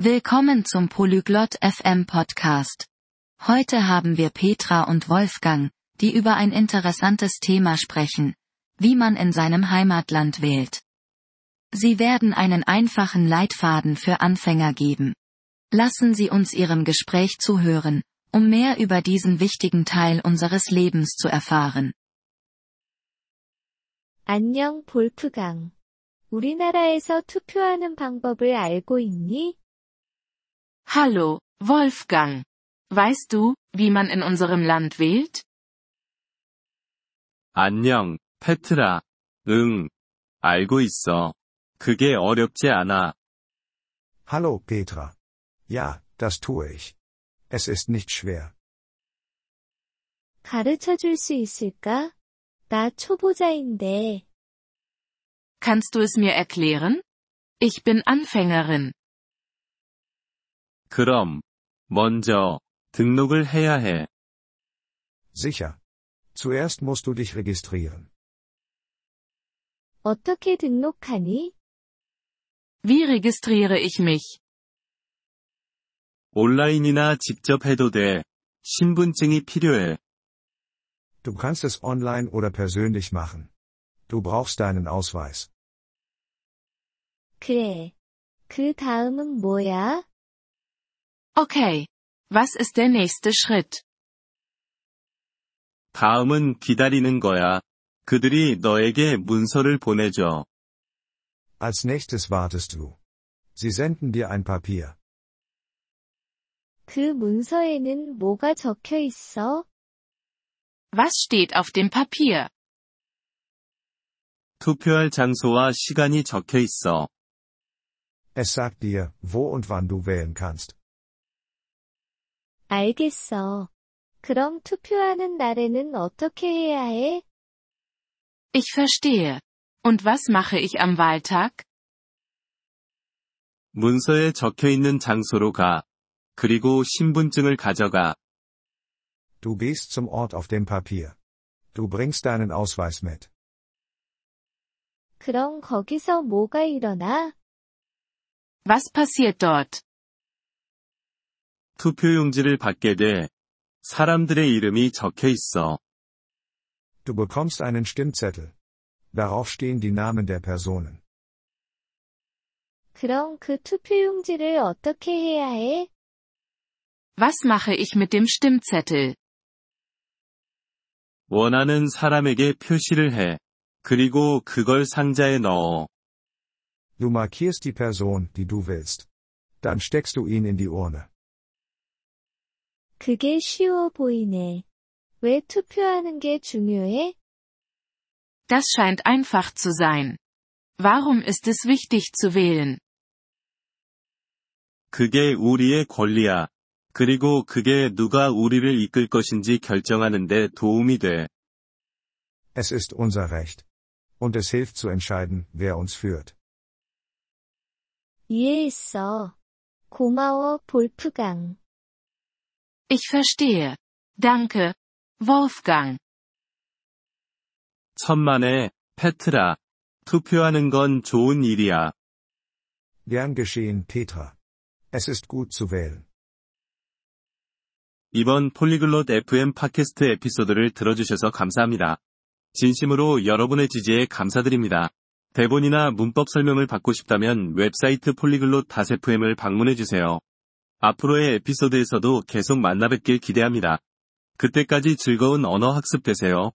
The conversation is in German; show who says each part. Speaker 1: Willkommen zum Polyglot FM Podcast. Heute haben wir Petra und Wolfgang, die über ein interessantes Thema sprechen, wie man in seinem Heimatland wählt. Sie werden einen einfachen Leitfaden für Anfänger geben. Lassen Sie uns Ihrem Gespräch zuhören, um mehr über diesen wichtigen Teil unseres Lebens zu erfahren.
Speaker 2: 안녕 볼프강. 우리나라에서 투표하는 방법을 알고 있니?
Speaker 3: Hallo, Wolfgang. Weißt du, wie man in unserem Land wählt?
Speaker 4: 안녕, 페트라. 응. 알고 있어. 그게 어렵지 않아.
Speaker 5: Hallo Petra. Ja, das tue ich. Es ist nicht schwer.
Speaker 2: 가르쳐 줄 수 있을까? 나 초보자인데.
Speaker 3: Kannst du es mir erklären? Ich bin Anfängerin.
Speaker 4: 그럼, 먼저, 등록을 해야 해.
Speaker 5: Sicher. Zuerst musst du dich registrieren.
Speaker 2: 어떻게 등록하니?
Speaker 3: Wie registriere ich mich?
Speaker 4: 온라인이나 직접 해도 돼. 신분증이 필요해.
Speaker 5: Du kannst es online oder persönlich machen. Du brauchst deinen Ausweis.
Speaker 2: 그래. 그 다음은 뭐야?
Speaker 3: Okay. Was ist der nächste Schritt?
Speaker 4: 다음은 기다리는 거야. 그들이 너에게 문서를 보내줘.
Speaker 5: Als nächstes wartest du. Sie senden dir ein Papier.
Speaker 2: 그 문서에는 뭐가 적혀 있어?
Speaker 3: Was steht auf dem Papier?
Speaker 4: 투표할 장소와 시간이 적혀 있어.
Speaker 5: Es sagt dir, wo und wann du wählen kannst.
Speaker 2: 알겠어. 그럼 투표하는 날에는 어떻게 해야 해?
Speaker 3: Ich verstehe. Und was mache ich am Wahltag?
Speaker 4: 문서에 적혀 있는 장소로 가. 그리고 신분증을 가져가.
Speaker 5: Du gehst zum Ort auf dem Papier. Du bringst deinen Ausweis mit.
Speaker 2: 그럼 거기서 뭐가 일어나?
Speaker 3: Was passiert dort?
Speaker 4: 투표용지를 받게 돼. 사람들의 이름이 적혀 있어.
Speaker 5: Du bekommst einen Stimmzettel. Darauf stehen die Namen der Personen.
Speaker 2: 그럼 그 투표용지를 어떻게 해야 해?
Speaker 3: Was mache ich mit dem Stimmzettel?
Speaker 4: 원하는 사람에게 표시를 해. 그리고 그걸 상자에 넣어.
Speaker 5: Du markierst die Person, die du willst. Dann steckst du ihn in die Urne.
Speaker 2: 그게 쉬워 보이네. 왜 투표하는 게 중요해?
Speaker 3: Das scheint einfach zu sein. Warum ist es wichtig zu wählen?
Speaker 4: 그게 우리의 권리야. 그리고 그게 누가 우리를 이끌 것인지 결정하는데 도움이 돼.
Speaker 5: Es ist unser Recht. Und es hilft zu entscheiden, wer uns führt.
Speaker 2: 이해했어. 고마워, 볼프강.
Speaker 3: Ich verstehe. Danke, Wolfgang.
Speaker 4: 천만에, 페트라. 투표하는 건 좋은 일이야.
Speaker 5: Gern geschehen, Petra. Es ist gut zu wählen.
Speaker 4: 이번 폴리글롯 FM 팟캐스트 에피소드를 들어주셔서 감사합니다. 진심으로 여러분의 지지에 감사드립니다. 대본이나 문법 설명을 받고 싶다면 웹사이트 폴리글롯 FM을 방문해주세요. 앞으로의 에피소드에서도 계속 만나뵙길 기대합니다. 그때까지 즐거운 언어 학습 되세요.